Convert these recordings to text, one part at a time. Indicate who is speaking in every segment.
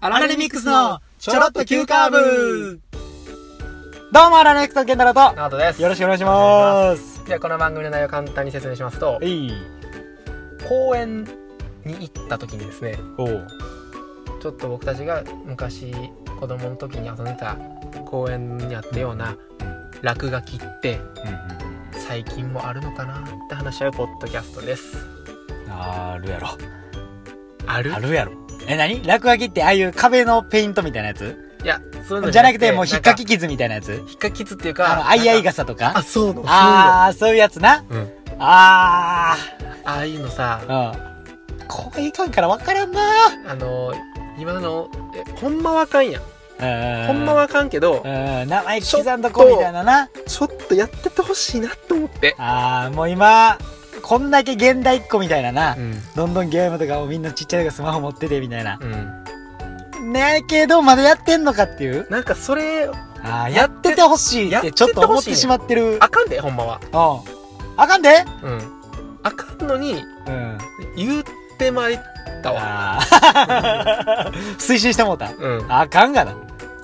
Speaker 1: アラレミックスのちょろっと急カーブ
Speaker 2: どうも、アラレックスのケンタロウと、
Speaker 3: ナートです
Speaker 2: よろしくお願いします。
Speaker 3: じゃあこの番組の内容を簡単に説明しますと
Speaker 2: えい。
Speaker 3: 公園に行った時にですね
Speaker 2: おう。
Speaker 3: ちょっと僕たちが昔子供の時に遊んでた公園にあったような落書きって最近もあるのかなって話し合うポッドキャストです
Speaker 2: あるやろ。
Speaker 3: ある
Speaker 2: あるやろ。え、なに落書きってああいう壁のペイントみたいなやつ
Speaker 3: いやそういうの
Speaker 2: じゃなくて、もう引っ
Speaker 3: なん
Speaker 2: かき傷みたいなやつ
Speaker 3: 引っかきつっていう
Speaker 2: あ
Speaker 3: か
Speaker 2: の、アイアイ
Speaker 3: が
Speaker 2: 傘とか
Speaker 3: あそうのあ
Speaker 2: あー、そういうやつな。
Speaker 3: うん
Speaker 2: あ
Speaker 3: ああいうのさ
Speaker 2: ー。うん。こういかんからわからんな
Speaker 3: あの今のえほんまはあかんやん
Speaker 2: うん。
Speaker 3: ほんまはあかんけど
Speaker 2: うん、名前刻んどこみたいなな。
Speaker 3: ちょっとやっててほしいなと思って
Speaker 2: あー、もう今、こんだけ現代っ子みたいなな。
Speaker 3: うん
Speaker 2: どんどんゲームとかをみんなちっちゃいのがスマホ持っててみたいな。
Speaker 3: うん
Speaker 2: ねえけど、まだやってんのかっていう。
Speaker 3: なんかそれ
Speaker 2: あーや
Speaker 3: や
Speaker 2: っ
Speaker 3: ってて
Speaker 2: てほしい
Speaker 3: や
Speaker 2: っ
Speaker 3: って
Speaker 2: て
Speaker 3: て
Speaker 2: ちょっと思
Speaker 3: ほ
Speaker 2: っ
Speaker 3: しい
Speaker 2: て
Speaker 3: ね
Speaker 2: しまってる。
Speaker 3: あかんでほんまは
Speaker 2: うん。あかんで
Speaker 3: うんあかんのに
Speaker 2: うん。
Speaker 3: 言ってまいったわ
Speaker 2: あー 推進してもうた。
Speaker 3: うんは
Speaker 2: あかんがな。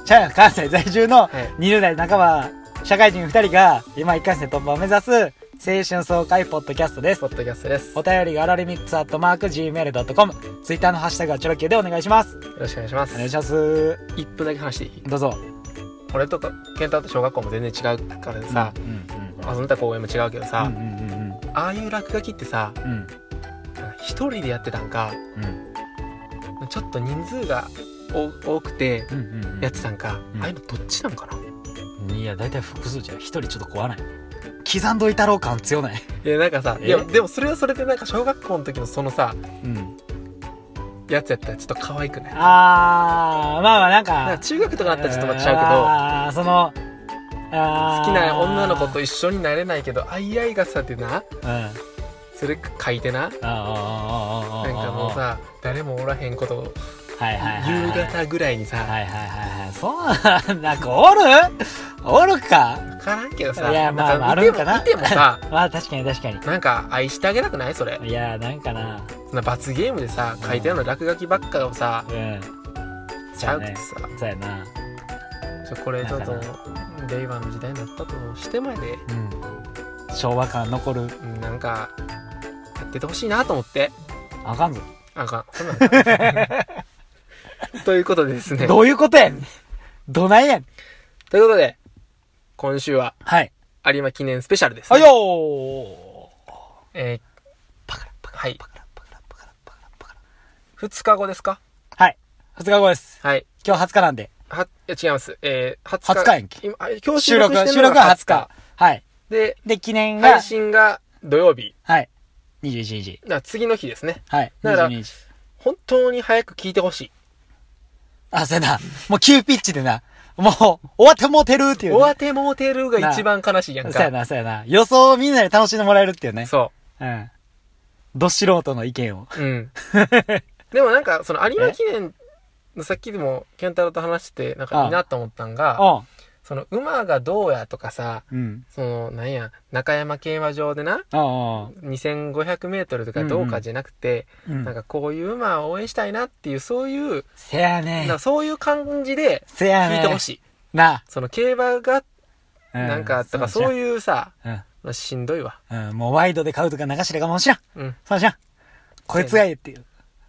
Speaker 2: ちゃうやん関西在住の
Speaker 3: い
Speaker 2: 20代半ば、社会人2人が今一貫して突破を目指す青春爽快ポッドキャストです
Speaker 3: ポ。ッドキャストです
Speaker 2: お
Speaker 3: よ
Speaker 2: 便りがアラレミックスアットマーク Gmail.com。ツイッターのハッシュタグはチョロ Q でお願いします。
Speaker 3: ろしくお願いしま
Speaker 2: お願い
Speaker 3: す
Speaker 2: します。
Speaker 3: 一分だけ話していい
Speaker 2: どうぞ。
Speaker 3: 俺とか健太と小学校も全然違うからでさ
Speaker 2: うんうん
Speaker 3: 遊んでた公園も違うけど
Speaker 2: う
Speaker 3: さ
Speaker 2: んうんうんうん
Speaker 3: ああいう落書きってさ
Speaker 2: うん
Speaker 3: なんか一人でやってたんか
Speaker 2: うん
Speaker 3: ちょっと人数が多多くて
Speaker 2: うんうんうん
Speaker 3: やってたんか
Speaker 2: うん
Speaker 3: ああいうのどっちなんかない
Speaker 2: や大体複数じゃん一人ちょっと怖ない刻んどいたろう感強ない
Speaker 3: いやなんかさ
Speaker 2: え
Speaker 3: いやでもそれはそれでなんか小学校の時のそのさ
Speaker 2: うん
Speaker 3: やつやったらちょっと可愛くない
Speaker 2: あーまあまあなんか
Speaker 3: なんか中学とかだったらちょっとまたちゃうけど
Speaker 2: あーそのあー
Speaker 3: 好きな女の子と一緒になれないけどあいあい傘ってな
Speaker 2: うんあー
Speaker 3: それ書いてな
Speaker 2: あーあーあ
Speaker 3: な
Speaker 2: ー
Speaker 3: んかもうさ誰もおらへんことを
Speaker 2: はいはいはい
Speaker 3: 夕方ぐらいにさ
Speaker 2: はいはいはいはいそんな子おるおるか
Speaker 3: 分からんけどさ
Speaker 2: いやまあ
Speaker 3: なん
Speaker 2: まあ
Speaker 3: 見て
Speaker 2: あるんかな
Speaker 3: も見てもさ
Speaker 2: まあ確かに確かに
Speaker 3: なんか愛してあげたくないそれ
Speaker 2: いやーなんかな
Speaker 3: そんな罰ゲームでさ書いてあるの落書きばっかをさ
Speaker 2: うん
Speaker 3: ちゃうくてさ
Speaker 2: そうやな
Speaker 3: ちょこれちょっと
Speaker 2: なんか
Speaker 3: 令和の時代になったとしてまで
Speaker 2: うん昭和感残る
Speaker 3: うんなんかやっててほしいなと思って
Speaker 2: あかんぞ
Speaker 3: あかん そんなんということでですね
Speaker 2: どういうことやねんどないやねん
Speaker 3: ということで今週は
Speaker 2: はい。
Speaker 3: 有馬記念スペシャルです、
Speaker 2: は
Speaker 3: ね。
Speaker 2: よー
Speaker 3: え
Speaker 2: パカラパカラ
Speaker 3: はい
Speaker 2: パカラパカラパカラパカラパカラ。
Speaker 3: ー、2日後ですか
Speaker 2: はい。二日後です。
Speaker 3: はい。
Speaker 2: 今日20日なんで。
Speaker 3: は、いや違います。えー、20
Speaker 2: 20日延期
Speaker 3: 今、あ今日
Speaker 2: 収
Speaker 3: 収録
Speaker 2: 録
Speaker 3: し
Speaker 2: は、
Speaker 3: て
Speaker 2: 収
Speaker 3: るの
Speaker 2: 録は
Speaker 3: が
Speaker 2: 20日。はい。
Speaker 3: で、
Speaker 2: で、記念が
Speaker 3: 配、信が土曜日。
Speaker 2: はい。21日。
Speaker 3: だから次の日ですね。
Speaker 2: はい。
Speaker 3: だから
Speaker 2: 22日。
Speaker 3: 本当に早く聞いてほしい。
Speaker 2: あ、そうやな。もう急ピッチでな。もう、終わってもうてるっていう、
Speaker 3: お当てもうてるが一番悲しいやん
Speaker 2: そうや
Speaker 3: か。
Speaker 2: な、そうやな。予想をみんなで楽しんでもらえるっていうね。
Speaker 3: そ
Speaker 2: うん。ど素人の意見を。
Speaker 3: う。 うん。でもなんか、その有馬記念のさっきでも、健太郎と話してて、なんかいいなと思ったんが、その馬がどうやとかさ、
Speaker 2: うん。うん。
Speaker 3: その、なんや、中山競馬場でな、
Speaker 2: あ
Speaker 3: 2500メートルとかどうかじゃなくて、
Speaker 2: あ。うん
Speaker 3: なん。かこういう馬を応援したいなっていう、そういう、
Speaker 2: せや
Speaker 3: なん
Speaker 2: ね
Speaker 3: か。そういう感じで
Speaker 2: せやね。
Speaker 3: 聞いてほしい。
Speaker 2: な。
Speaker 3: その競馬が
Speaker 2: う
Speaker 3: なんかとか、そう
Speaker 2: う
Speaker 3: いうさ、
Speaker 2: じゃん。
Speaker 3: しんどいわ。
Speaker 2: うん。うん。もうワイドで買うとか流しでかも知らん。
Speaker 3: うん。
Speaker 2: そうじゃん。こいつがいいっていう。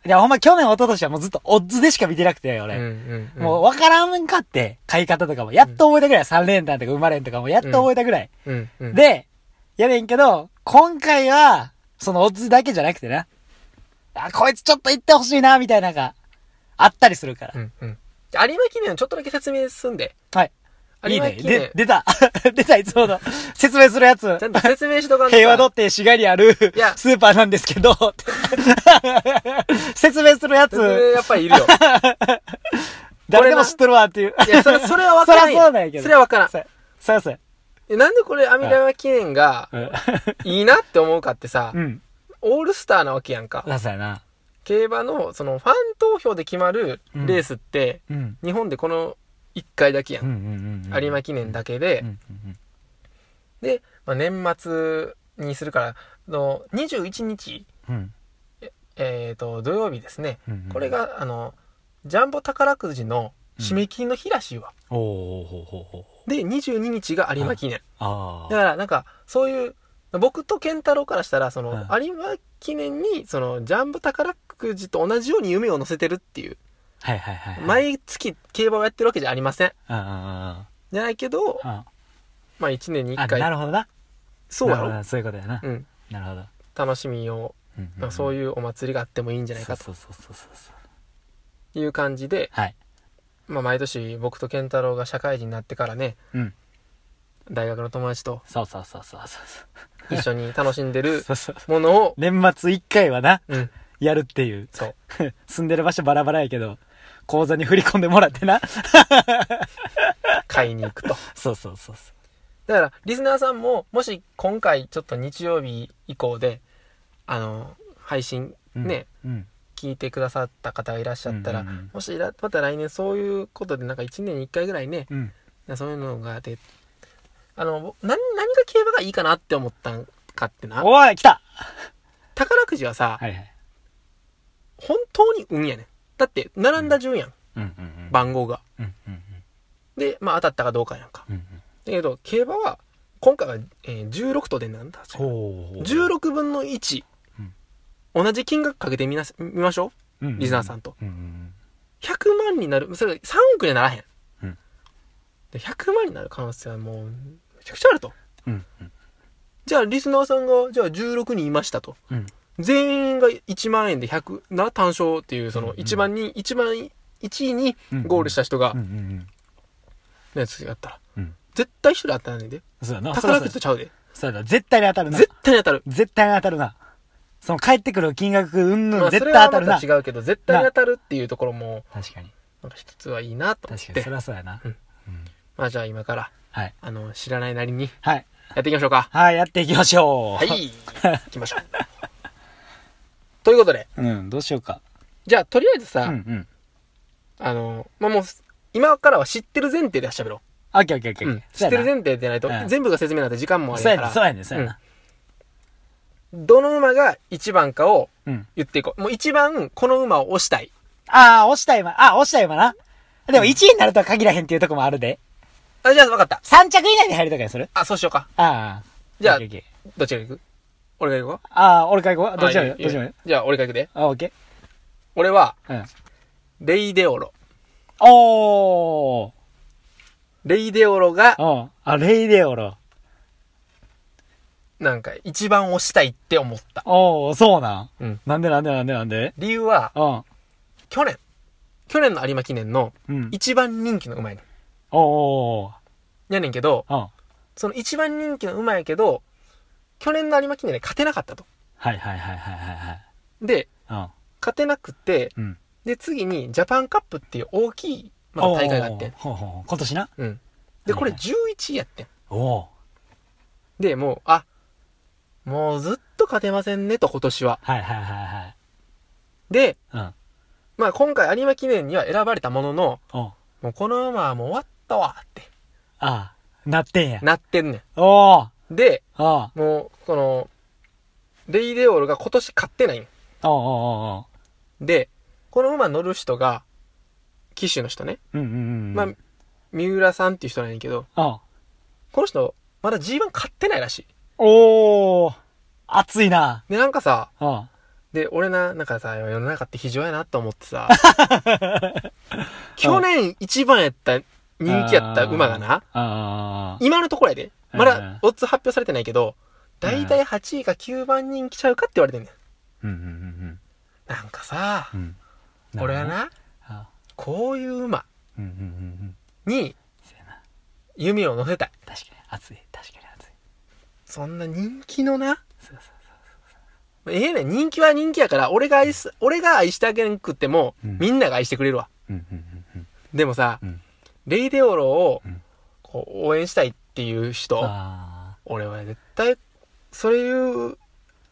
Speaker 2: いや、ほんま去年、一昨年はもうずっとオッズでしか見てなくて、
Speaker 3: うん
Speaker 2: 俺。
Speaker 3: うんうん。
Speaker 2: もう分からんかって、買い方とかも。やっと覚えたぐらい。3連単とか馬連とかもやっと覚えたぐらい。
Speaker 3: うんうん。
Speaker 2: で、やねんけど、今回は、そのオッズだけじゃなくてな。あ、こいつちょっと行ってほしいな、みたいなのが、あったりするから
Speaker 3: う。んうん。有馬記念ちょっとだけ説明すんで。
Speaker 2: はい。い
Speaker 3: 有
Speaker 2: い
Speaker 3: 馬
Speaker 2: ね。
Speaker 3: 記
Speaker 2: で
Speaker 3: 念、。
Speaker 2: 出た。 出た、いつもの。説明するやつ
Speaker 3: ちゃ。んと説明しとかんと
Speaker 2: 平和ドって市街にあるス
Speaker 3: いや
Speaker 2: ーパーなんですけど、 説明するや
Speaker 3: 説明
Speaker 2: つ、
Speaker 3: やっぱりいるよ。
Speaker 2: 誰でも知っとるわっていう。
Speaker 3: い や、それ、それは分からんよ。
Speaker 2: そらそうなんやけど
Speaker 3: それは分からん
Speaker 2: そうそうやそう
Speaker 3: え。なんでこれ、アミラマ記念が
Speaker 2: や。
Speaker 3: いいなって思うかってさ
Speaker 2: う、ん。
Speaker 3: オールスターなわけやんか。
Speaker 2: あそうやな。
Speaker 3: 競馬の、その、ファン投票で決まるレースって、
Speaker 2: うん。
Speaker 3: 日本でこの1回だけや
Speaker 2: うん
Speaker 3: ん。
Speaker 2: うんうん。
Speaker 3: 有馬記念だけで、
Speaker 2: うんうん
Speaker 3: で、まあ、年末にするから、あの21日、
Speaker 2: うん。うん
Speaker 3: えっ、と、土曜日ですね。
Speaker 2: うんうん
Speaker 3: これが、あの、ジャンボ宝くじの締め切りの日らしいわ。
Speaker 2: おおほうほうほうほう
Speaker 3: で、22日が有馬記念。
Speaker 2: あ
Speaker 3: だ
Speaker 2: あ。
Speaker 3: から、なんか、そういう、僕と健太郎からしたら、その、
Speaker 2: は
Speaker 3: 有馬記念に、その、ジャンボ宝くじと同じように夢を乗せてるっていう。
Speaker 2: はいはいはい。うん
Speaker 3: 毎月競馬をやってるわけじゃありません。
Speaker 2: あ
Speaker 3: じゃないけど
Speaker 2: あ、あ
Speaker 3: まあ1年に
Speaker 2: あ。あ、
Speaker 3: 1
Speaker 2: な
Speaker 3: 回、
Speaker 2: るほどな。
Speaker 3: そうや
Speaker 2: なるほ
Speaker 3: ろ
Speaker 2: どそういうことやな
Speaker 3: う。ん。
Speaker 2: なるほど。
Speaker 3: 楽しみを、
Speaker 2: うん
Speaker 3: まあそう
Speaker 2: う
Speaker 3: いうお祭りがあってもいいんじ
Speaker 2: じ
Speaker 3: ゃないかと
Speaker 2: そうそうそうそうそう。
Speaker 3: いう感じで、
Speaker 2: はい。
Speaker 3: まあ毎年僕と健太郎が社会人になってからね、
Speaker 2: うん。
Speaker 3: 大学の友達と
Speaker 2: そうそうそうそうそう
Speaker 3: 一緒に楽しんでる
Speaker 2: そう。そうそう。
Speaker 3: ものを、
Speaker 2: 年末一回はな、
Speaker 3: うん、
Speaker 2: やるっていう。
Speaker 3: そう。
Speaker 2: 住んでる場所バラバラやけど、口座に振り込んでもらってな。
Speaker 3: 買いに行くと。
Speaker 2: そうそうそうそ
Speaker 3: だから、リスナーさんも、もし今回ちょっと日曜日以降で、あの、配信
Speaker 2: う。うん
Speaker 3: ね、。
Speaker 2: うん。
Speaker 3: 聞いてくださった方がいらっしゃったら、
Speaker 2: うんうんうん
Speaker 3: もしらまた来年そういうことでなんか1年に1回ぐらいね、
Speaker 2: うん。
Speaker 3: そういうのがであの何何が競馬がいいかなって思ったんかってな
Speaker 2: おい来た
Speaker 3: 宝くじはさ、
Speaker 2: はいはい。
Speaker 3: 本当に運やねんだって並んだ順やん、
Speaker 2: うんうんうん。
Speaker 3: 番号が
Speaker 2: うんうん
Speaker 3: でまあ当たったかどうかやんか
Speaker 2: うん。うんうん。
Speaker 3: だけど競馬は今回は、えー16とでなんだ
Speaker 2: ほう
Speaker 3: 16分の1、
Speaker 2: うん
Speaker 3: 同じ金額かけてみな見ましょリスナーさんと。
Speaker 2: うんうん
Speaker 3: う100万になるそれ3億にはならへん、
Speaker 2: うん
Speaker 3: で100万になる可能性はもうめちゃくちゃあると
Speaker 2: うんうん
Speaker 3: じゃあリスナーさんがじゃあ16人いましたと
Speaker 2: うん
Speaker 3: 全員が1万円で100な単勝っていうそ
Speaker 2: うん
Speaker 3: の
Speaker 2: うん
Speaker 3: 1万人、1万1位に
Speaker 2: うんうん
Speaker 3: ゴールした人が
Speaker 2: うんうん
Speaker 3: のやつやったら、
Speaker 2: うん
Speaker 3: 絶対一人当たらないで
Speaker 2: そうやな
Speaker 3: 宝く
Speaker 2: そう
Speaker 3: じとちゃうで
Speaker 2: そうだ絶対に当たるな
Speaker 3: 絶対に当たる
Speaker 2: 絶対に当たるなその帰ってくる金額うんぬ
Speaker 3: まあ
Speaker 2: ん
Speaker 3: そ
Speaker 2: 絶
Speaker 3: れ
Speaker 2: 対
Speaker 3: は
Speaker 2: 当
Speaker 3: ま
Speaker 2: たるな
Speaker 3: た
Speaker 2: 確
Speaker 3: 違うけど絶対に当たるっていうところも
Speaker 2: かに
Speaker 3: なんか一つはいいなと思
Speaker 2: 確か
Speaker 3: っ
Speaker 2: にそ
Speaker 3: て
Speaker 2: りゃそうやな
Speaker 3: うんまあじゃあ今から
Speaker 2: はい
Speaker 3: あの知らないなりに
Speaker 2: はい
Speaker 3: やっていきましょうか
Speaker 2: はいやっていきましょ
Speaker 3: は
Speaker 2: う
Speaker 3: い行きましょうということで
Speaker 2: うんどうしようか
Speaker 3: じゃあとりあえず
Speaker 2: う
Speaker 3: さ、
Speaker 2: んうん
Speaker 3: あのまあもう今からは知ってる前提で喋ろう
Speaker 2: オッケーオッケーオッケ
Speaker 3: う
Speaker 2: ー
Speaker 3: ん、知ってる前
Speaker 2: ね
Speaker 3: 提でないと、
Speaker 2: うん
Speaker 3: 全部が説明なんて時間もある
Speaker 2: そ
Speaker 3: か
Speaker 2: うやね
Speaker 3: ら
Speaker 2: そうやねそうやな
Speaker 3: どの馬が1番かを
Speaker 2: うん
Speaker 3: 言っていこうもう1番この馬を押したい
Speaker 2: ああ押した今あ押した今なでも1位になるとは限らへんっていうとこもあるで
Speaker 3: あじゃあ分かった
Speaker 2: 3着以内に入るとかにする
Speaker 3: あそうしようか
Speaker 2: ああ
Speaker 3: じゃあ
Speaker 2: オッケーオッケー
Speaker 3: どっちが行く俺が行く
Speaker 2: ああ、俺から行こう。
Speaker 3: か
Speaker 2: どっちもよ
Speaker 3: あいい
Speaker 2: どっちもよ
Speaker 3: いいじゃあ俺が行くで
Speaker 2: あ、オッケ
Speaker 3: 俺は
Speaker 2: ー。うん。
Speaker 3: レイデオロ
Speaker 2: お
Speaker 3: レイデオロが
Speaker 2: ー。うん。あ、レイデオロ。
Speaker 3: なんか1番押したいって思った
Speaker 2: おー、そうなん。
Speaker 3: うん
Speaker 2: なんでなんでなんでなんで
Speaker 3: 理由は
Speaker 2: うん。
Speaker 3: 去年去年の有馬記念の
Speaker 2: うん。
Speaker 3: 1番人気の馬やね
Speaker 2: おー。
Speaker 3: んやねんけど
Speaker 2: うん。
Speaker 3: その1番人気の馬やけど去年の有馬記念で勝てなかったと
Speaker 2: はいはいはいはいはい
Speaker 3: で
Speaker 2: はい。
Speaker 3: 勝てなくて
Speaker 2: うん。うん。
Speaker 3: で、次にジャパンカップっていう大きい、まあ、大会があって
Speaker 2: お
Speaker 3: ん。
Speaker 2: ーほうほうほう今年な。
Speaker 3: うん。で、これ
Speaker 2: はい
Speaker 3: 11位やってん。
Speaker 2: おー。
Speaker 3: で、もう、あ、もうずっと勝てませんねと今年は。
Speaker 2: はいはいは
Speaker 3: で、
Speaker 2: いはい。
Speaker 3: まあ今回有馬記念には選ばれたものの、
Speaker 2: うん。おー。
Speaker 3: もうこの馬はもう終わったわって
Speaker 2: ああ、なってんや。
Speaker 3: なってんね
Speaker 2: おー。
Speaker 3: ん。で、
Speaker 2: おー。
Speaker 3: もうこの、レイデオールが今年勝ってないん。
Speaker 2: おーおーおーおー。
Speaker 3: で、この馬乗る人が、騎手の人ね。
Speaker 2: うんうんうん。
Speaker 3: まあ、三浦さんっていう人なんやけど、
Speaker 2: あ、うん。
Speaker 3: この人、まだ G1 勝ってないらしい。
Speaker 2: おー。熱いな。
Speaker 3: で、なんかさ、
Speaker 2: うん。
Speaker 3: で、俺な、なんかさ、世の中って非常やなと思って さ、去年一番やった、人気やった馬がな、
Speaker 2: あー。
Speaker 3: 今のところやで、ま
Speaker 2: うん
Speaker 3: だオッズ発表されてないけど、だいたい8位か9番人気ちゃうかって言われてんね
Speaker 2: うんうんうん
Speaker 3: ん。なんかさ
Speaker 2: う、ん。うん。
Speaker 3: 俺はな、
Speaker 2: あ
Speaker 3: こういう馬
Speaker 2: うんうんうんうん
Speaker 3: に
Speaker 2: そうやな
Speaker 3: 夢を乗せたい。
Speaker 2: 確かに熱い確かに熱い
Speaker 3: そんな人気のな、
Speaker 2: そうそう
Speaker 3: ええねん、人気は人気やから、俺が愛す、俺が愛してあげんくっても、
Speaker 2: うん
Speaker 3: みんなが愛してくれるわ。
Speaker 2: そううんうんうん
Speaker 3: でもさ、
Speaker 2: うん
Speaker 3: レイデオロを
Speaker 2: うん、
Speaker 3: こう、応援したいっていう人、
Speaker 2: あ
Speaker 3: 俺は絶対それいう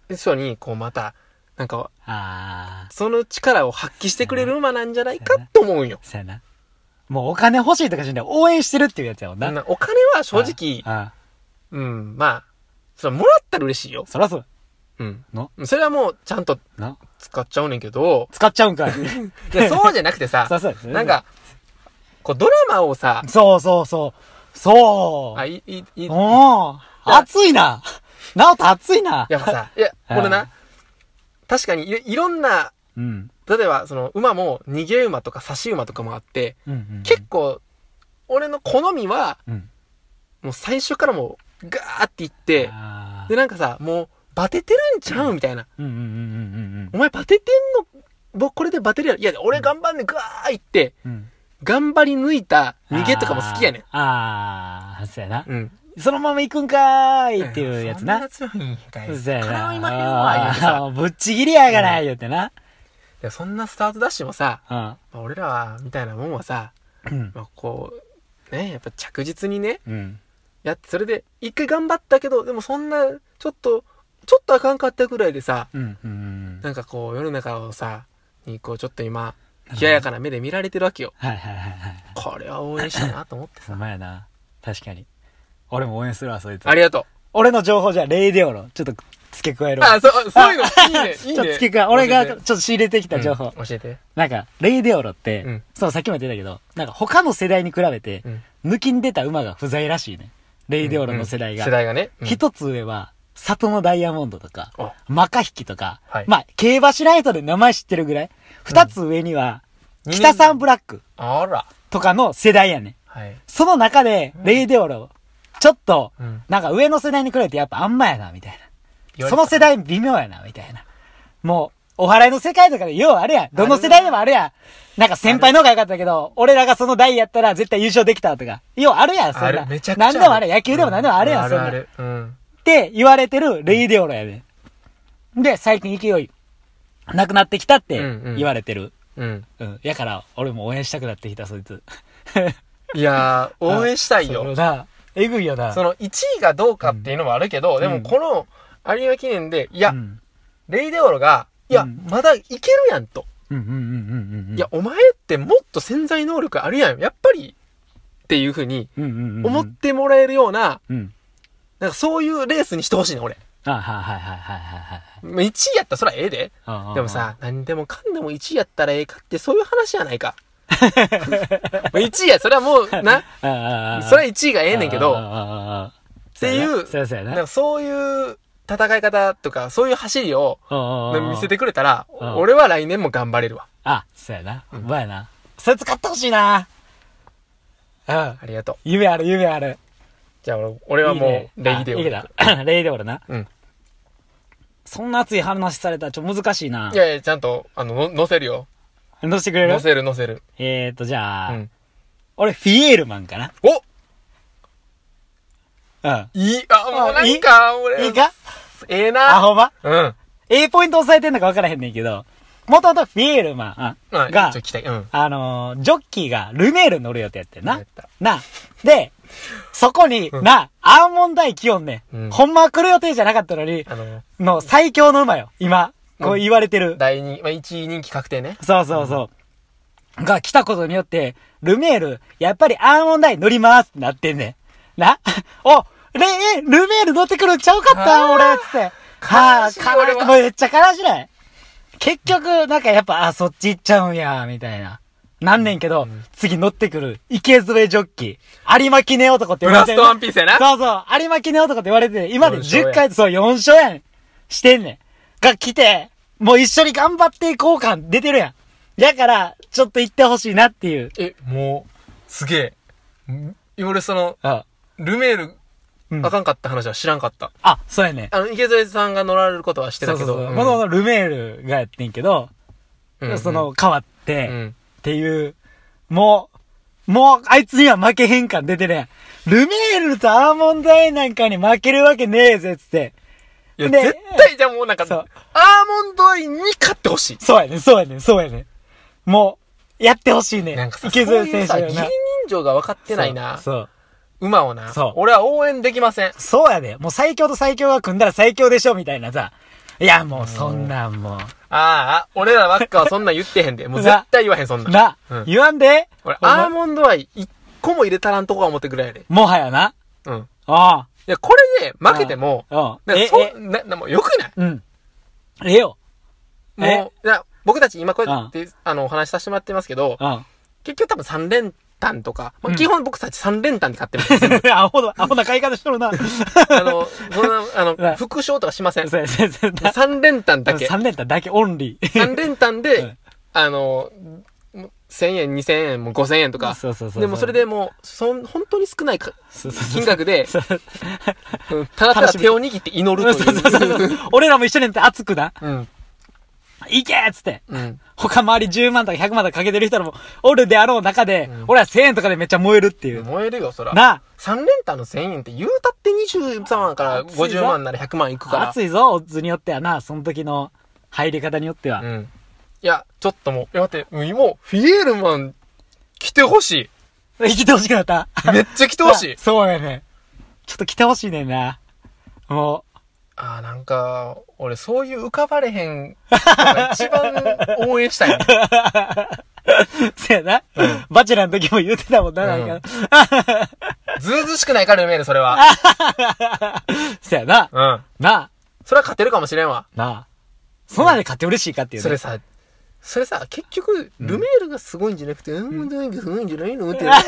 Speaker 3: 人にこうまたなんか
Speaker 2: ーあー
Speaker 3: その力を発揮してくれる馬なんじゃないかと思うんよ。
Speaker 2: そうやなもうお金欲しいとかじゃなくて応援してるっていうやつやもんな
Speaker 3: なお金は正直
Speaker 2: ああ
Speaker 3: うんまあそれはもらったら嬉しいよ。
Speaker 2: そらそう
Speaker 3: うん。
Speaker 2: な
Speaker 3: それはもう、ちゃんと
Speaker 2: な
Speaker 3: 使っちゃうねんけど、
Speaker 2: 使っち ゃうんかい。
Speaker 3: いやそうじゃなくてさ
Speaker 2: さ、そうですね
Speaker 3: なん、か、こう、ドラマをさ、
Speaker 2: そうそうそう。そう。
Speaker 3: あ、いい、いい、
Speaker 2: おー熱いな。なおと熱いな。
Speaker 3: やっぱさ、いや、
Speaker 2: はい
Speaker 3: これな、確かにいいろんな、
Speaker 2: うん。
Speaker 3: 例えば、その、馬も、逃げ馬とか差し馬とかもあって、
Speaker 2: うんうん。
Speaker 3: 結構、俺の好みは、
Speaker 2: うん。
Speaker 3: もう最初からもう、ガーっていって、
Speaker 2: あ
Speaker 3: で、
Speaker 2: ー
Speaker 3: なんかさ、もう、バテてるんちゃうみたいな。
Speaker 2: うんうんうん
Speaker 3: お前バテてんの僕これでバテるやろ。いや、俺頑張んねん、ガーいって、
Speaker 2: うんうんうん。
Speaker 3: 頑張り抜いた逃げとかも好きやねん。
Speaker 2: あーあー、そうやな。
Speaker 3: うん。
Speaker 2: そのまま行くんかーいっていうやつな。
Speaker 3: そんな強いんかい。
Speaker 2: そうやな。
Speaker 3: 絡みまへんわ、言うてさ。
Speaker 2: あーぶっちぎりやがな、言うてな。
Speaker 3: いやそんなスタートダッシュもさ、
Speaker 2: うん。
Speaker 3: まあ俺らは、みたいなもんはさ、
Speaker 2: うん。
Speaker 3: まあ、こう、ね、やっぱ着実にね、
Speaker 2: うん。
Speaker 3: やって、それで、一回頑張ったけど、でもそんな、ちょっと、ちょっとあかんかったぐらいでさ、
Speaker 2: うん。うん。
Speaker 3: なんかこう、世の中をさ、にこう、ちょっと今、冷ややかな目で見られてるわけよ。
Speaker 2: はいはいはいはい。
Speaker 3: これは応援したいなと思って
Speaker 2: ほ
Speaker 3: さ
Speaker 2: ん。まやな。確かに。俺も応援するわ、そいつ。
Speaker 3: ありがと
Speaker 2: 俺の情報じゃ、レイデオロ。ちょっと付け加え
Speaker 3: う。
Speaker 2: ろ。
Speaker 3: あ、そう、そう いうの、いいね、いいね。
Speaker 2: ちょっと付け加え、俺がち
Speaker 3: 教え
Speaker 2: ょってと仕入れてきた情報。
Speaker 3: うん教えて。
Speaker 2: なんか、レイデオロって、
Speaker 3: うん
Speaker 2: そう、さっきも言ってたけど、なんか他の世代に比べて
Speaker 3: う、ん
Speaker 2: 抜きに出た馬が不在らしいね。レイデオロの世代
Speaker 3: 世
Speaker 2: が。
Speaker 3: 代がね。うん
Speaker 2: 一、つ上は、里のダイヤモンドとか、
Speaker 3: あ
Speaker 2: マカヒキとか、
Speaker 3: はい
Speaker 2: まあ、競馬知らん人で名前知ってるぐらい。二つ上には、北サンブラック
Speaker 3: あら。
Speaker 2: とかの世代やね。
Speaker 3: はい。
Speaker 2: その中で、レイデオロ、ちょっと、
Speaker 3: うん
Speaker 2: なんか上の世代に比べてやっぱあんまやな、みたいな。その世
Speaker 3: 代。
Speaker 2: 代微妙やな、みたいな。もう、お払いの世界とかでようあるやん。どの世代でもあるやん。なんか先輩の方が良かったけど、俺らがその代やったら絶対優勝できたとか。ようあるやん、そ
Speaker 3: あ
Speaker 2: ん
Speaker 3: る
Speaker 2: な。
Speaker 3: めちゃくちゃあ
Speaker 2: 何
Speaker 3: る。
Speaker 2: でもあるやん。野球でも何でもあるやん、
Speaker 3: う
Speaker 2: そん
Speaker 3: あ
Speaker 2: な。っ
Speaker 3: るある。うん。
Speaker 2: て言われてるレイデオロやねん。で、最近勢い、なくなってきたって
Speaker 3: うんうん
Speaker 2: 言われてる。
Speaker 3: うん。
Speaker 2: うん。やから、俺も応援したくなってきた、そいつ。
Speaker 3: いやー、応援したい
Speaker 2: そう
Speaker 3: よ。
Speaker 2: な。えぐいよな。
Speaker 3: その1位がどうかっていうのもあるけど、でもこの有馬記念で、いや、
Speaker 2: うん
Speaker 3: レイデオロが、いや、
Speaker 2: うん
Speaker 3: まだいけるやんと。
Speaker 2: うんうんうんうんうんうん。
Speaker 3: いや、、お前ってもっと潜在能力あるやん。やっぱり、っていうふうに
Speaker 2: うんうんうんうん。
Speaker 3: 思ってもらえるような、
Speaker 2: うん。
Speaker 3: なんかそういうレースにしてほしいの、俺。
Speaker 2: あ、はいはいはいはいはい
Speaker 3: まあ1位やったらそらええで。
Speaker 2: はい。
Speaker 3: でもさ、何でもかんでも1位やったらええかってそういう話やない か。1位や、それはもう、な、
Speaker 2: うんうんうん、 ああ
Speaker 3: それは1位がええねんけど、
Speaker 2: っ
Speaker 3: っていう
Speaker 2: そうやそうや
Speaker 3: なん
Speaker 2: な
Speaker 3: か。そういう戦い方とか、そういう走りを見
Speaker 2: 見
Speaker 3: せてくれたら、
Speaker 2: うん
Speaker 3: 俺は来年も頑張れるわ。
Speaker 2: あ、そうやな。うまいな。それ使ってほしいな。うん。
Speaker 3: ありがとう。
Speaker 2: 夢ある夢ある。
Speaker 3: じゃあ俺、俺はもう、レイ
Speaker 2: い
Speaker 3: デオ
Speaker 2: いねあいい けどレイデオルな。
Speaker 3: うん。。
Speaker 2: そんな熱い話されたらちょっと難しいない
Speaker 3: やいや、ちゃんと、あの、の載せるよ。
Speaker 2: どうしてくれ
Speaker 3: 載
Speaker 2: る
Speaker 3: せる載せる。
Speaker 2: えーと、じ
Speaker 3: う
Speaker 2: ゃあ、
Speaker 3: ん。
Speaker 2: 俺、フィエールマンか
Speaker 3: お
Speaker 2: な。
Speaker 3: いい、あ、もう
Speaker 2: あ
Speaker 3: ない
Speaker 2: い
Speaker 3: んか、
Speaker 2: うん。
Speaker 3: 俺、
Speaker 2: いいか
Speaker 3: ええ
Speaker 2: あ、
Speaker 3: な。
Speaker 2: ほんま
Speaker 3: うん。
Speaker 2: A ポイント押さえてんのか分からへんねんけど、もともとフィエールマン
Speaker 3: ま
Speaker 2: あ
Speaker 3: あ、
Speaker 2: が
Speaker 3: ちょ、、期待。うん。
Speaker 2: あのージョッキーがルメール乗る予定やってん
Speaker 3: や
Speaker 2: な
Speaker 3: っ。た
Speaker 2: な。で、そこに、
Speaker 3: うん
Speaker 2: な、アーモンドイキオンね、
Speaker 3: うん
Speaker 2: ほんまは来る予定じゃなかったのに、
Speaker 3: あの、
Speaker 2: の最強の馬よ。今、こ
Speaker 3: う
Speaker 2: うん言われてる。
Speaker 3: 第二、まあ、1位人気確定ね。
Speaker 2: そうそうそう。が来たことによって、ルメール、やっぱりアーモンドイ乗りますってなってんねん。な。 お、レ、え、ルメール乗ってくるんちゃうかった俺、つって。は
Speaker 3: 悲
Speaker 2: あ、
Speaker 3: しい俺は
Speaker 2: 悲しい。めっちゃ悲しない。結局、なんかやっぱ、あ、そっち行っちゃうんや、みたいな。なんねんけど、次乗ってくる、池添ジョッキー、有馬記念男って
Speaker 3: ブ
Speaker 2: 言わ
Speaker 3: ラ
Speaker 2: れて
Speaker 3: ス
Speaker 2: る
Speaker 3: トワンピースやな。
Speaker 2: そうそう、有馬記念男って言われてて、今まで
Speaker 3: 四勝や
Speaker 2: 10回、そう、4勝やん。してんねん。が来て、もう一緒に頑張っていこう感出てるやん。やから、ちょっと行ってほしいなっていう。
Speaker 3: え、もう、すげえん。俺、その、
Speaker 2: あ、
Speaker 3: ルメール、
Speaker 2: うん
Speaker 3: あかんかった話は知らんかった。
Speaker 2: あそうやねん。
Speaker 3: あの、池添さんが乗られることはして
Speaker 2: そ
Speaker 3: た
Speaker 2: うそ
Speaker 3: け
Speaker 2: う
Speaker 3: ど
Speaker 2: そう。。
Speaker 3: うん
Speaker 2: もともとルメールがやってんけど、
Speaker 3: うん
Speaker 2: その、変わっ
Speaker 3: う
Speaker 2: て、
Speaker 3: ん。
Speaker 2: っていう、もう、もう、あいつには負けへん感出てるやん。ルメールとアーモンドアイなんかに負けるわけねえぜ、つって。
Speaker 3: いや、
Speaker 2: で
Speaker 3: 絶対じゃあもうなんか、ア
Speaker 2: そう
Speaker 3: ーモンドアイに勝ってほしい。
Speaker 2: そうやねん、そうやねん、そうやねん。もう、やってほしいねん。
Speaker 3: なんかさ、そう
Speaker 2: 池添
Speaker 3: い
Speaker 2: 選
Speaker 3: うさ、
Speaker 2: 手
Speaker 3: 義理
Speaker 2: が
Speaker 3: 人情が分かってないな。
Speaker 2: そう。
Speaker 3: 馬をな
Speaker 2: そう、
Speaker 3: 俺は応援できません。
Speaker 2: そうやで。もう最強と最強が組んだら最強でしょ、みたいなさ。いや、もうそんなんも
Speaker 3: ああ、俺らばっかはそんなん言ってへんで。もう絶対言わへん、そんな
Speaker 2: う。
Speaker 3: ん。
Speaker 2: な、
Speaker 3: うん
Speaker 2: 言わんで。
Speaker 3: 俺、
Speaker 2: ほんま
Speaker 3: アーモンドアイ一個も入れたらんとこは思ってくれやで。
Speaker 2: もはやな。
Speaker 3: うん。
Speaker 2: あ
Speaker 3: いや、これで負けても、
Speaker 2: あ。うん。
Speaker 3: なん
Speaker 2: え
Speaker 3: か、そ
Speaker 2: え、
Speaker 3: な、な、もう良くない
Speaker 2: うん。ええよ。
Speaker 3: もう、いや僕たち今こうや
Speaker 2: うん
Speaker 3: って、あの、お話しさせてもらってますけど、
Speaker 2: うん。
Speaker 3: 結局多分3連単とか、ま
Speaker 2: う
Speaker 3: あ、
Speaker 2: ん
Speaker 3: 基本僕たち3連単で買ってるんですよ。
Speaker 2: アホな、アホな買い方し とるな。
Speaker 3: あの、そんな、あ
Speaker 2: うん
Speaker 3: の、復唱とかしません。
Speaker 2: そうそうそう。
Speaker 3: 3連単だけ。
Speaker 2: 3連単だけオンリー。
Speaker 3: 3連単
Speaker 2: う
Speaker 3: で
Speaker 2: ん、
Speaker 3: あの、1000円、2000円、もう5000円とか。
Speaker 2: そうそうそうそう
Speaker 3: でもそれでもう、そん、本当に少ないか
Speaker 2: そうそうそう
Speaker 3: 金額で、
Speaker 2: そうそう
Speaker 3: うんただただ手を握って祈ると
Speaker 2: そう そう
Speaker 3: いう。
Speaker 2: そう俺らも一緒にやって熱くな。
Speaker 3: うん。
Speaker 2: いけーっつって。
Speaker 3: うん。
Speaker 2: 他周り10万とか100万とかかけてる人らもおるであろう中で、
Speaker 3: うん
Speaker 2: 俺は1000円とかでめっちゃ燃えるっていう。
Speaker 3: 燃えるよ、そら。
Speaker 2: な
Speaker 3: 3連単の1000円って言うたって23万から50万なら100万いくから。
Speaker 2: 熱いぞ、オッズによってはな、その時の入り方によっては。
Speaker 3: うん。いや、ちょっともう、いや待って、もう今、フィエールマン来てほし
Speaker 2: 生きてほしくなった。
Speaker 3: い。めっちゃ来てほしい
Speaker 2: あ。 そうやね。ちょっと来てほしいねんな。も
Speaker 3: あーなんか、俺そういう浮かばれへんのが一番応援したいね。
Speaker 2: う、 そうやな。バチェラーの時も言ってたもんな、
Speaker 3: うん
Speaker 2: なんか。
Speaker 3: ずうずうしくないから、ルメール、それは。
Speaker 2: そうやな。
Speaker 3: うん。
Speaker 2: なあ、
Speaker 3: それは勝てるかもしれんわ。
Speaker 2: なあ。そんなんで買って嬉しいかっていう
Speaker 3: そ
Speaker 2: ね
Speaker 3: れ。さ、それさ、結局、ルメールがすごいんじゃなくて、うん、うん、うん、すごいんじゃないのって言うね。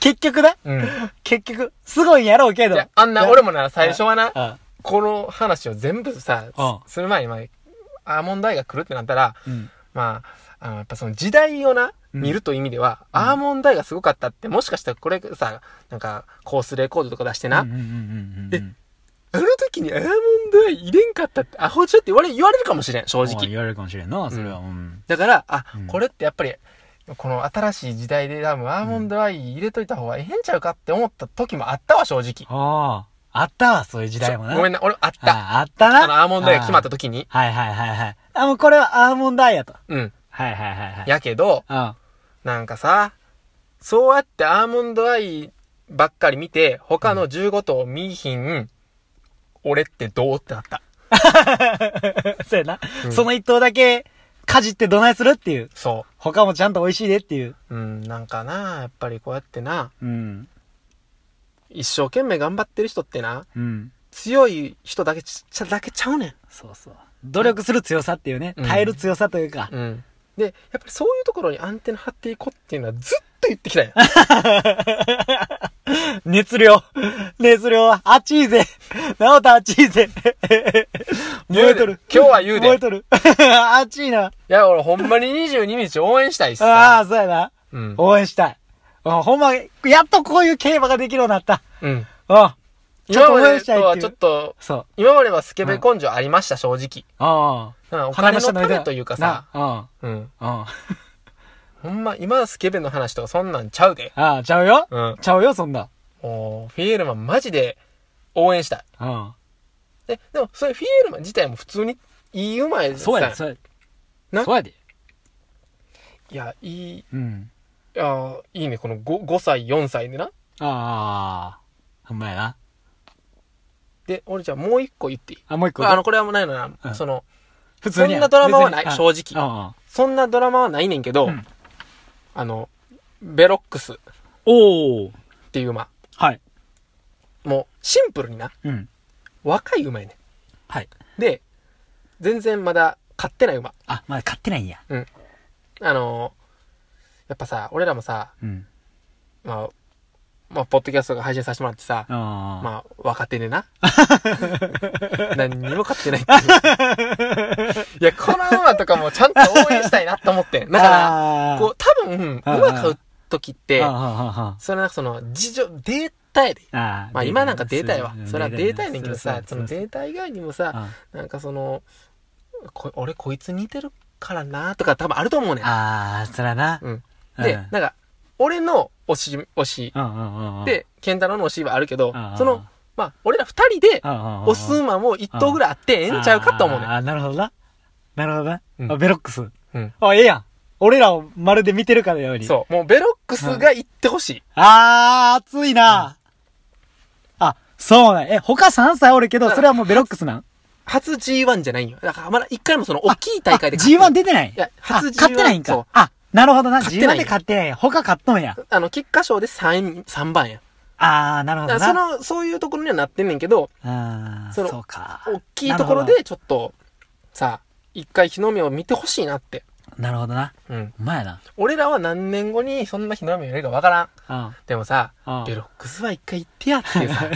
Speaker 2: 結局な。
Speaker 3: うん。
Speaker 2: 結局、すごいんやろうけど
Speaker 3: い。や、あんな、俺もな、最初はな
Speaker 2: う、ん。
Speaker 3: この話を全部さ
Speaker 2: うん、
Speaker 3: すする前に、まあ、アーモンドアイが来るってなったら、
Speaker 2: うん。
Speaker 3: まあ、あの、やっぱその時代をな、
Speaker 2: うん
Speaker 3: 見るという意味では、アーモンドアイがすごかったって、もしかしたらこれさ、なんか、コースレコードとか出してな、
Speaker 2: うんうんうんうんうん。
Speaker 3: あの時にアーモンドアイ入れんかったって、アホじゃって言われ、言われるかもしれん、正
Speaker 2: まあ
Speaker 3: 直。
Speaker 2: 言われるかもしれんな、それは。うん。
Speaker 3: だから、あ、
Speaker 2: うん
Speaker 3: これってやっぱり、この新しい時代で多分アーモンドアイ入れといた方がええんちゃうかって思った時もあったわ、正直。
Speaker 2: ああ。あったわ、そういう時代もな。
Speaker 3: ごめん
Speaker 2: ん
Speaker 3: な、俺あった。
Speaker 2: ああったな。
Speaker 3: あの、アーモンドアイが決まった
Speaker 2: と。
Speaker 3: 時に。
Speaker 2: はいはいはいはい。あ、もうこれはアーモンドアイやと。
Speaker 3: うん。
Speaker 2: はいはいはいはい。
Speaker 3: やけど、
Speaker 2: うん。
Speaker 3: なんかさ、そうやってアーモンドアイばっかり見て、他の15頭見いひん、俺ってどうってなった。
Speaker 2: そうやな。
Speaker 3: うん
Speaker 2: その一頭だけ、かじってどないするっていう。
Speaker 3: そ
Speaker 2: 他もちゃんと美味しいでっていう。
Speaker 3: う。うん、なんかな、やっぱりこうやってな、
Speaker 2: うん。
Speaker 3: 一生懸命頑張ってる人ってな、
Speaker 2: うん。
Speaker 3: 強い人だけちちゃ、だけちゃうねん。
Speaker 2: そうそう。努力する強さっていうね。
Speaker 3: うん
Speaker 2: 耐える強さというか。
Speaker 3: うん。で、やっぱりそういうところにアンテナ張っていこうっていうのはずっと言ってきた よ。
Speaker 2: 熱量。熱量は、あっちいぜ。なおたあっちいぜ。 燃え
Speaker 3: 言うで
Speaker 2: とる。
Speaker 3: 今日は言うで
Speaker 2: 燃えとる。 あっちいな。
Speaker 3: いや、俺ほんまに22日応援したいし
Speaker 2: ああ、
Speaker 3: さ。
Speaker 2: そうやな。
Speaker 3: うん。
Speaker 2: 応援したい。うんほんま、やっとこういう競馬ができるようになった。
Speaker 3: うん。
Speaker 2: うん。ちょっ
Speaker 3: 今
Speaker 2: と応
Speaker 3: ま
Speaker 2: 援
Speaker 3: で
Speaker 2: した
Speaker 3: と
Speaker 2: いっ
Speaker 3: は
Speaker 2: て
Speaker 3: ち
Speaker 2: い
Speaker 3: ょっ
Speaker 2: う。
Speaker 3: と、
Speaker 2: そう。
Speaker 3: 今まではスケベ根性ありました、正直。
Speaker 2: あ
Speaker 3: なんか
Speaker 2: あ。
Speaker 3: お金の
Speaker 2: 鼻下
Speaker 3: 種
Speaker 2: 間
Speaker 3: というかさ、
Speaker 2: な
Speaker 3: うん。
Speaker 2: うん。うん。
Speaker 3: ほんま、今はスケベの話とかそんなんちゃうで。
Speaker 2: ああ、ちゃうよ。
Speaker 3: うん。
Speaker 2: ちゃうよ、そんな。
Speaker 3: もう、フィエールマンマジで応援したい。
Speaker 2: うん。
Speaker 3: で、でも、それフィエールマン自体も普通にいいうまいさ
Speaker 2: そうやで、そうやで。
Speaker 3: な
Speaker 2: そうやで。
Speaker 3: いや、いい、い
Speaker 2: うん。
Speaker 3: や、いいね、この 5, 5歳、4歳でな。
Speaker 2: ああ。ほんまやな。
Speaker 3: で、俺じゃあもう一個言っていい
Speaker 2: あ、もう一個。
Speaker 3: あの、これはもうないのな、
Speaker 2: うん
Speaker 3: その、
Speaker 2: 普通に。
Speaker 3: そんなドラマはない
Speaker 2: 別に
Speaker 3: 正直。
Speaker 2: あ
Speaker 3: そんなドラマはないねんけど、
Speaker 2: うん
Speaker 3: あの、ベロックスっ
Speaker 2: おお。
Speaker 3: ていう馬、
Speaker 2: はい。
Speaker 3: もうシンプルにな、
Speaker 2: うん。
Speaker 3: 若い馬やね
Speaker 2: はい。
Speaker 3: ん。で、全然まだ買ってない馬。
Speaker 2: あ、まだ買ってないんや。
Speaker 3: あのやっぱさ、俺らもさ、
Speaker 2: うん。
Speaker 3: まあ、まあ、ポッドキャストが配信させてもらってさ、
Speaker 2: ああ。
Speaker 3: まあ、若手で な。何にも買ってないっていう。いや、この馬とかもちゃんと応援したいなと思 ってん。だか
Speaker 2: あ
Speaker 3: ら、
Speaker 2: ー
Speaker 3: こう、多分、
Speaker 2: あー
Speaker 3: 馬買う時って
Speaker 2: あ、ああ
Speaker 3: それなんかその、事情、データやで。
Speaker 2: あああ
Speaker 3: まあ今なんかデータやわ
Speaker 2: う。ん
Speaker 3: それはデータやねんけどさ、そうの
Speaker 2: うう
Speaker 3: データ以外にもさ、
Speaker 2: あ
Speaker 3: なんかその、こ俺こいつ似てるからなとか多分あると思うねん。
Speaker 2: あー、そらな。
Speaker 3: うん。
Speaker 2: うん
Speaker 3: で、なんか、俺の推し、推し、
Speaker 2: うんうんうんうん、
Speaker 3: で、ケンタロウの推しはあるけど
Speaker 2: うんうん、
Speaker 3: その、まあ、俺ら二人で、
Speaker 2: 押
Speaker 3: オス馬も一頭ぐらいあってええんちゃうかと思うねん
Speaker 2: あー、なるほどな。なるほどな。
Speaker 3: うん
Speaker 2: あベロックス。
Speaker 3: うん
Speaker 2: あ、ええやん。俺らをまるで見てるかのように。う。
Speaker 3: そう。もうベロックスが行ってほしい。
Speaker 2: あー、熱いな、あ、そうなん。え、他3歳おるけど、
Speaker 3: だから
Speaker 2: それはもうベロックスなん
Speaker 3: 初 G1 じゃないんよ。だからまだ一回もその大きい大会で
Speaker 2: あ
Speaker 3: 勝ってない
Speaker 2: G1 出てない
Speaker 3: いや初
Speaker 2: あ
Speaker 3: G1
Speaker 2: 勝ってないん
Speaker 3: そ
Speaker 2: か
Speaker 3: う。
Speaker 2: あ、なるほどな。
Speaker 3: 勝ってない
Speaker 2: G1 で勝ってない。他勝っとんや。
Speaker 3: あの、菊花賞で3、三番や。
Speaker 2: ああ、なるほ
Speaker 3: だ
Speaker 2: ど
Speaker 3: か
Speaker 2: な。
Speaker 3: らその、そういうところにはなってんねんけど、
Speaker 2: ああ、
Speaker 3: その
Speaker 2: そうか。
Speaker 3: 大きいところでちょっと、さ、一回日の目を見てほしいなって。
Speaker 2: なるほどな。
Speaker 3: うん。
Speaker 2: うまやな。
Speaker 3: 俺らは何年後にそんな日の目を見れるかわからん。
Speaker 2: うん。
Speaker 3: でもさ、
Speaker 2: うん
Speaker 3: ベロックスは一回行ってやっていう さ。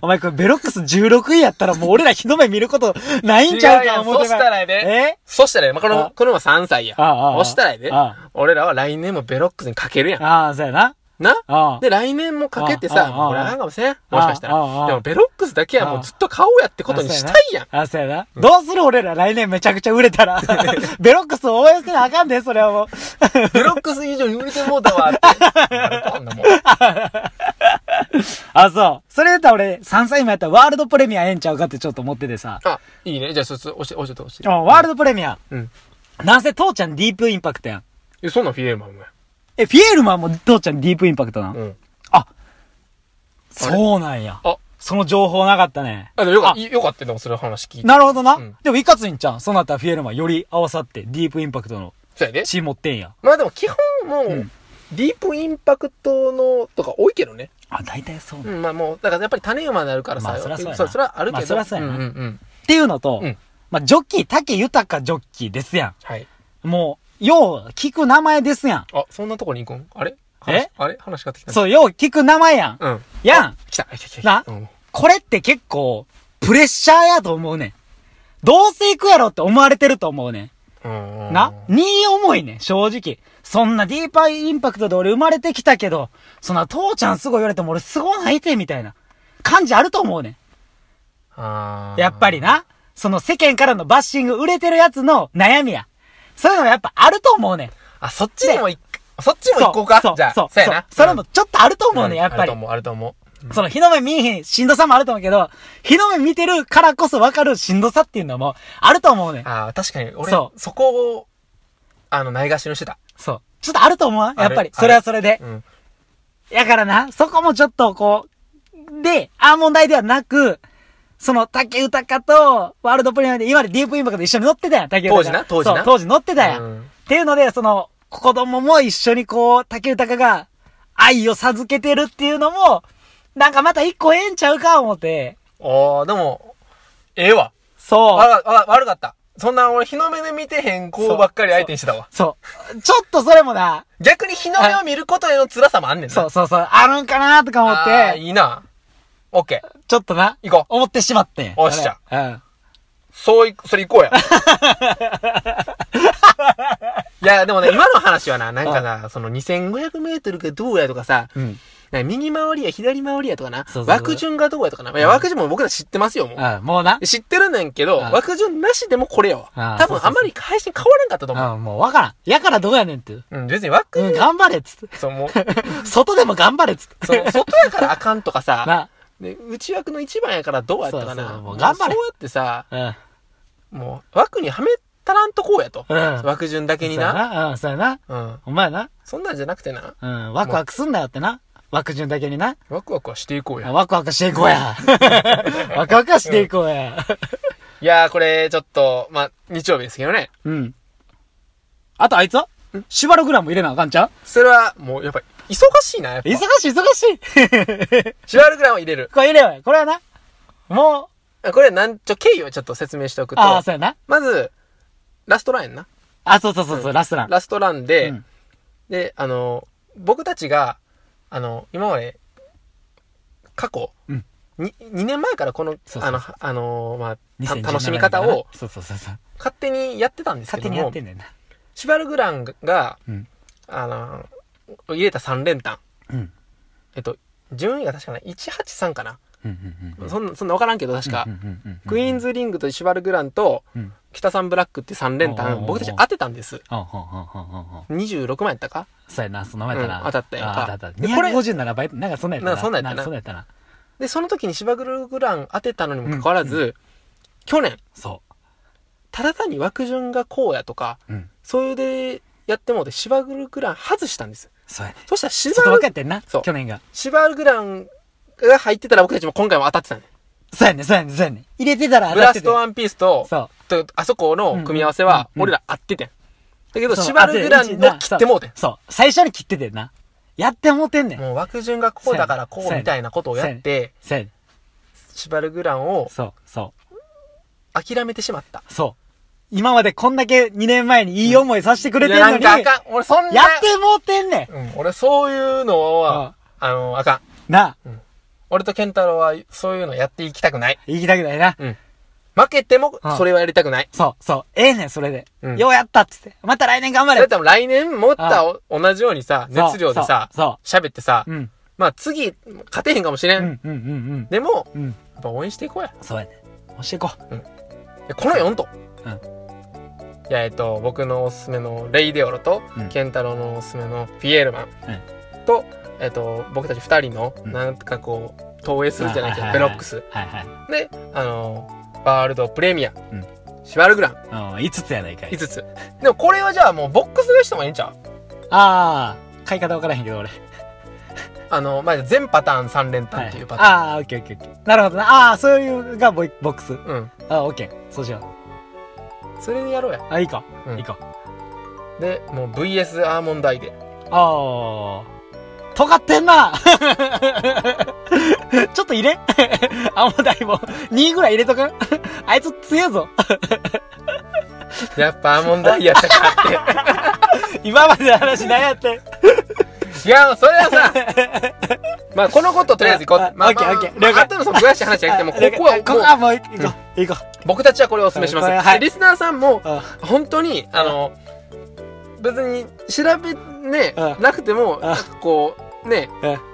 Speaker 2: お前これベロックス16位やったらもう俺ら日の目見ることないんちゃう
Speaker 3: 違うや
Speaker 2: か
Speaker 3: ん
Speaker 2: 思って
Speaker 3: そしたらやで
Speaker 2: え
Speaker 3: そしたらやでまあ、こ
Speaker 2: あ
Speaker 3: の、このまま3歳や。
Speaker 2: ああ
Speaker 3: そ
Speaker 2: あ
Speaker 3: したらやで
Speaker 2: あ、
Speaker 3: 俺らは来年もベロックスにかけるやん。
Speaker 2: ああ、そうやな。
Speaker 3: な
Speaker 2: ああ。
Speaker 3: で、来年もかけて
Speaker 2: ああ
Speaker 3: さ、
Speaker 2: ああ
Speaker 3: 俺らんかもしれん。もしかしたら。
Speaker 2: ああああ
Speaker 3: でもベロックスだけはもうずっと顔やってことにしたいやん。
Speaker 2: あ、そうやな。どうする俺ら来年めちゃくちゃ売れた ら。ベロックスを応援せなあかんで、それはもう。
Speaker 3: ベロックス以上に売れてもうたわって。なるかあんなもん
Speaker 2: あ、そう。それだったら俺3歳今やったらワールドプレミアええんちゃうかってちょっと思っててさ。
Speaker 3: あ、いいね。じゃあ、そいつ、教えて、教えて、教えて。
Speaker 2: あワールドプレミア。
Speaker 3: うん。
Speaker 2: なんせ父ちゃんディープインパクトやん。
Speaker 3: え、そんなんフィレーマンお前。
Speaker 2: え、フィエールマンも父ちゃんディープインパクトなの、
Speaker 3: うん。
Speaker 2: あ、そうなんや。
Speaker 3: あ、
Speaker 2: その情報なかったね。
Speaker 3: あ、でもよか
Speaker 2: あ
Speaker 3: よかったよ、でもそれ話聞いて。
Speaker 2: なるほどな。
Speaker 3: うん
Speaker 2: でも、いかついんちゃん。そのあたらフィエルマンより合わさって、ディープインパクトの
Speaker 3: そうやで。
Speaker 2: 血持ってんや。
Speaker 3: まあでも基本もう、ディープインパクトのとか多いけどね。
Speaker 2: あ、大体そう
Speaker 3: う
Speaker 2: な。っ
Speaker 3: ん、まあもう、だからやっぱり種馬になるからさ、
Speaker 2: まあそらそうやな
Speaker 3: それはあるけど。
Speaker 2: まあそらそうやな
Speaker 3: うんうんうん。
Speaker 2: ていうのと、
Speaker 3: うん
Speaker 2: まあ、ジョッキー、竹豊ジョッキーですや
Speaker 3: はい。
Speaker 2: ん。もう、よう聞く名前ですやん。
Speaker 3: あ、そんなとこに行くんあれ
Speaker 2: え
Speaker 3: 話あれ話がってきた。う。
Speaker 2: そう、よう聞く名前やん。
Speaker 3: うん。
Speaker 2: やん。
Speaker 3: 来た、来た、来た。
Speaker 2: な
Speaker 3: うん
Speaker 2: これって結構、プレッシャーやと思うねん。どうせ行くやろって思われてると思うねん。
Speaker 3: うんうん。
Speaker 2: な、に重いねん、正直。そんなディーパイインパクトで俺生まれてきたけど、そんな父ちゃんすごい言われても俺すごないて、みたいな感じあると思うね
Speaker 3: あ
Speaker 2: ん。やっぱ
Speaker 3: り。
Speaker 2: りな、その世間からのバッシング売れてるやつの悩みや。そういうのがやっぱあると思うねん。
Speaker 3: あ、そっちにも行く。そっちも行こうか
Speaker 2: そう
Speaker 3: じゃあ、
Speaker 2: そう、
Speaker 3: そう
Speaker 2: そう
Speaker 3: やな。
Speaker 2: それもちょっとあると思うねん、
Speaker 3: ん
Speaker 2: やっぱ
Speaker 3: ある
Speaker 2: り
Speaker 3: と。思う、あると思
Speaker 2: その日の目見えへんしんどさもあると思うけど、日の目見てるからこそわかるしんどさっていうのもあると思うねん
Speaker 3: う。。ああ、確かに、俺、
Speaker 2: そ
Speaker 3: そうこを、あの、ないがしろにしてた。
Speaker 2: そう。ちょっとあると思うわやっぱり。それはそれで。
Speaker 3: うん。
Speaker 2: やからな、そこもちょっとこう、で、ああ問題ではなく、その、竹豊と、ワールドプレミアで、今までディープインパクト一緒に乗ってたやん、竹豊。
Speaker 3: 当時な当時な
Speaker 2: そう、当時乗ってたやん。
Speaker 3: うん
Speaker 2: っていうので、その、子供も一緒にこう、竹豊が、愛を授けてるっていうのも、なんかまた一個ええんちゃうか、思って。
Speaker 3: ああ、でも、ええわ。
Speaker 2: そう。
Speaker 3: わわ悪かった。そんな俺日の目で見てへん子ばっかり相手にしてたわ。
Speaker 2: そう。ちょっとそれもな、
Speaker 3: 逆に日の目を見ることへの辛さもあんねんな。
Speaker 2: そうそうそう、あるんかなとか思っ
Speaker 3: あー
Speaker 2: て、
Speaker 3: いいな。オッケー。
Speaker 2: ちょっとな、
Speaker 3: 行こう。
Speaker 2: 思ってしまってん。
Speaker 3: おっしゃ
Speaker 2: あれ。うん。
Speaker 3: そうい、それ行こうや。 いや、でもね、今の話はな、なんかな、その2500メートルがどうやとかさ、
Speaker 2: うん。
Speaker 3: なんか右回りや左回りやとかな
Speaker 2: そうそう、そう
Speaker 3: 枠順がどうやとかな。いや、枠順も僕ら知ってますよ、もう。
Speaker 2: あもうな。
Speaker 3: 知ってるねんけど、
Speaker 2: あ
Speaker 3: 枠順なしでもこれやわ。
Speaker 2: あ
Speaker 3: 多
Speaker 2: そうそう
Speaker 3: 分
Speaker 2: そう
Speaker 3: あまり配信変わらんかったと思
Speaker 2: うん、もうわからん。やからどうやねんって。
Speaker 3: う。うん、別に枠、
Speaker 2: うん、頑張れっつって。
Speaker 3: そう、もう、
Speaker 2: 外でも頑張れっつって。
Speaker 3: そ の外やからあかんとかさ、
Speaker 2: な。
Speaker 3: ね、内枠の一番やからどうやったかな。
Speaker 2: そうそうもう頑張れ
Speaker 3: そうやってさ、
Speaker 2: うん。
Speaker 3: もう枠にはめたらんとこうやと。
Speaker 2: うん
Speaker 3: 枠順だけに
Speaker 2: そうや
Speaker 3: な。
Speaker 2: な。うん、そうやな。
Speaker 3: うん。
Speaker 2: お前な。
Speaker 3: そんなんじゃなくてな、
Speaker 2: うん、ワクワクすんなよってな。枠順だけにな。
Speaker 3: ワクワクはしていこうや。
Speaker 2: ワクワクしていこう や。ワクワクはしていこうや。
Speaker 3: いやーこれ、ちょっと、まあ、日曜日ですけどね。
Speaker 2: うん。あとあいつはシュバログラム入れなあかんちゃ
Speaker 3: それは、もう、やっぱ、忙しいな、やっ
Speaker 2: う
Speaker 3: ぱ
Speaker 2: 忙。しい忙しい。
Speaker 3: シュワルグラムを入れる。
Speaker 2: これ入れようや。これはな。も
Speaker 3: これ、なんちょ、経緯をちょっと説明してお
Speaker 2: う、
Speaker 3: くと。
Speaker 2: ああ、そうやな。
Speaker 3: まず、ラストランやんな。
Speaker 2: あ、そうそうそうそう、ラストラン。
Speaker 3: ラストランで、
Speaker 2: うん
Speaker 3: で、あの、僕たちが、あの、今まで、過去、
Speaker 2: うん
Speaker 3: に2年前からこの、
Speaker 2: そうそう
Speaker 3: あの、はあの、まあ、
Speaker 2: 2017
Speaker 3: た楽しみ方を
Speaker 2: そうそうそうそう。
Speaker 3: 勝手にやってたんですけ
Speaker 2: 勝
Speaker 3: ど
Speaker 2: 手にや
Speaker 3: も
Speaker 2: って、んねんな。
Speaker 3: シュバルグランが、
Speaker 2: うん
Speaker 3: あの、入れた3連単。
Speaker 2: うん。
Speaker 3: えっと、順位が確かな、183かな。
Speaker 2: うんうんうん。
Speaker 3: そんな、そんな分からんけど、確か。クイーン
Speaker 2: ズ。
Speaker 3: ズリングとシュバルグランと、
Speaker 2: うん。
Speaker 3: 北サンブラックって3連
Speaker 2: おうおうおう
Speaker 3: 単、僕たち当てたんです。
Speaker 2: ほんほんほんほんほんほん。
Speaker 3: 26万やったか
Speaker 2: そうやな、その前やったな。
Speaker 3: うん当たったやんか
Speaker 2: あ当たった。
Speaker 3: でこれ
Speaker 2: 257倍、なんかそんなんや
Speaker 3: なん
Speaker 2: ったな。
Speaker 3: かそんなんやったなん
Speaker 2: かそんなんやったな。
Speaker 3: で、その時に芝ルグラン当てたのにもかかわらず、去年、
Speaker 2: そ
Speaker 3: ただ単に枠順がこうやとか、
Speaker 2: う。うん。
Speaker 3: そういうでやってもうて芝グラン外したんです。
Speaker 2: そうやね。
Speaker 3: そしたら芝
Speaker 2: 外ばっかやってんな。
Speaker 3: そう
Speaker 2: 去年が。
Speaker 3: 芝グランが入ってたら僕たちも今回も当たってたね。
Speaker 2: そうやね、そうやね、そうやね。入れてたら
Speaker 3: ブ
Speaker 2: 当たっ
Speaker 3: ラ
Speaker 2: て
Speaker 3: ス
Speaker 2: て。
Speaker 3: トワンピースと、
Speaker 2: そ
Speaker 3: と
Speaker 2: う。
Speaker 3: あそこの組み合わせは、俺ら合っててん。だけど、
Speaker 2: そう
Speaker 3: 芝グランを切ってもうてん。
Speaker 2: そう。最初に切っててんな。やってもうてんねん。
Speaker 3: もう枠順がこうだからこ
Speaker 2: そう
Speaker 3: う
Speaker 2: や
Speaker 3: みたいなことをやって、
Speaker 2: せやねん
Speaker 3: シュバルグランを
Speaker 2: そう、そ
Speaker 3: 諦めてしまった。
Speaker 2: う、そう。今までこんだけ2年前にいい思いさせてくれてんの
Speaker 3: い
Speaker 2: に、
Speaker 3: やなんかあかん。俺そんな。
Speaker 2: やってもうてんねん。
Speaker 3: うん、俺そういうのは、あの、あかん。
Speaker 2: なあ、
Speaker 3: 俺とケンタロウはそういうのやっていきたくない。
Speaker 2: 行きたくないな。
Speaker 3: 負けても
Speaker 2: うん
Speaker 3: それはやりたくない。
Speaker 2: そう、そう。ええねん、それで。
Speaker 3: うん
Speaker 2: ようやったっつって。また来年頑張
Speaker 3: だっ
Speaker 2: れ
Speaker 3: てもう来年もっ
Speaker 2: あ
Speaker 3: たお同じようにさ、
Speaker 2: そう
Speaker 3: 熱量でさ、
Speaker 2: そ
Speaker 3: 喋ってさ
Speaker 2: う。そう。、うん。
Speaker 3: まあ次、勝てへんかもしれ。
Speaker 2: うんん、うん、うん、
Speaker 3: でも、
Speaker 2: うん。うん。
Speaker 3: やっぱ応援していこうや。
Speaker 2: そうやねん。押していこう。
Speaker 3: いやこの4と。
Speaker 2: うん
Speaker 3: いや、えっと、僕のおすすめのレイデオロと、
Speaker 2: うん
Speaker 3: ケンタロウのおすすめのピエールマンと、えっと、僕たち2人の、
Speaker 2: うん
Speaker 3: なんかこう、投影するじゃないけど、
Speaker 2: あはい
Speaker 3: ベロックス。
Speaker 2: はいはい。
Speaker 3: で、あの、ワールドプレミア、
Speaker 2: ん
Speaker 3: シュワルグラン、
Speaker 2: うん、5つやないかい。
Speaker 3: 5つ。でもこれはじゃあもうボックスがしてもいいんちゃう
Speaker 2: ああ、買い方わからへんけど、俺。
Speaker 3: あの、まあ、全パターン3連
Speaker 2: は
Speaker 3: 単
Speaker 2: い
Speaker 3: っていう。パターン。
Speaker 2: ああ、オッケーオッケーオッケー。なるほどな。ああ、そういうがボイボック
Speaker 3: う
Speaker 2: ス。
Speaker 3: ん。
Speaker 2: ああ、オッケー。そうしよ
Speaker 3: それでやろうや
Speaker 2: う。。あ、いいか。
Speaker 3: うん
Speaker 2: いいか。
Speaker 3: で、もう VS アーモンドアイで。
Speaker 2: ああ。尖ってんな ちょっと入れ アモダイも2ぐらい入れとく あいつ強いぞ
Speaker 3: やっぱアーモンドアイやったからっ
Speaker 2: 今までの話何やってん
Speaker 3: て。いや、それはさ、 まあ、このこととりあえず行こ
Speaker 2: あ
Speaker 3: う。まあ、
Speaker 2: オッケー
Speaker 3: まあ
Speaker 2: オッケー
Speaker 3: まあ
Speaker 2: 了解
Speaker 3: 後のその詳しい話じゃなくても、ここは
Speaker 2: あここ
Speaker 3: も
Speaker 2: はもう行こう。行こう
Speaker 3: う、僕たちはこれをお勧めしま
Speaker 2: これは
Speaker 3: す。
Speaker 2: い
Speaker 3: でリスナーさんも、
Speaker 2: あ
Speaker 3: 本当に、あの、別に調べね
Speaker 2: う、ん
Speaker 3: なくても、
Speaker 2: ん
Speaker 3: なんかこう、ね、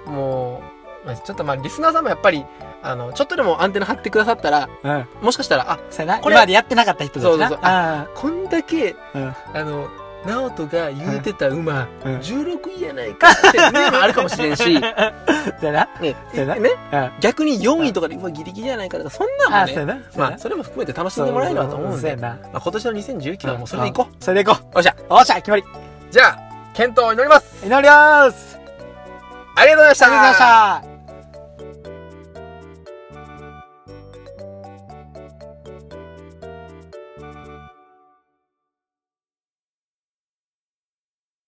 Speaker 2: うん
Speaker 3: もう、まあちょっとまあ、リスナーさんもやっぱり、あの、ちょっとでもアンテナ張ってくださったら、
Speaker 2: うん。
Speaker 3: もしかしたら、あ、
Speaker 2: そうやな。
Speaker 3: こ
Speaker 2: 今
Speaker 3: れ
Speaker 2: までやってなかった人たちな。
Speaker 3: そうそうそう
Speaker 2: あ
Speaker 3: こんだけ、
Speaker 2: あうん。
Speaker 3: あの、ナオトが言うてた馬、
Speaker 2: うん
Speaker 3: 16位やないかって ね、あるかもしれんし、ね、
Speaker 2: そうやな。そうやな。
Speaker 3: ね
Speaker 2: うん。
Speaker 3: 逆に4位とかで、うわ、ギリギリやないかとか、そん
Speaker 2: あ
Speaker 3: な
Speaker 2: あ、
Speaker 3: ん
Speaker 2: そうや
Speaker 3: もね、
Speaker 2: な。そうや
Speaker 3: ま
Speaker 2: な
Speaker 3: あ、それも含めて楽しんでもらえればと思うん
Speaker 2: そうや
Speaker 3: で、ま
Speaker 2: な。
Speaker 3: あ、今年の2019はもうそれでいこ
Speaker 2: う。それで行こ
Speaker 3: う。よっしゃ、
Speaker 2: う。おっしゃ、決まり。
Speaker 3: じゃあ、健闘を祈ります
Speaker 2: 祈ります。
Speaker 3: ありがとうございました
Speaker 2: ありがとうございました。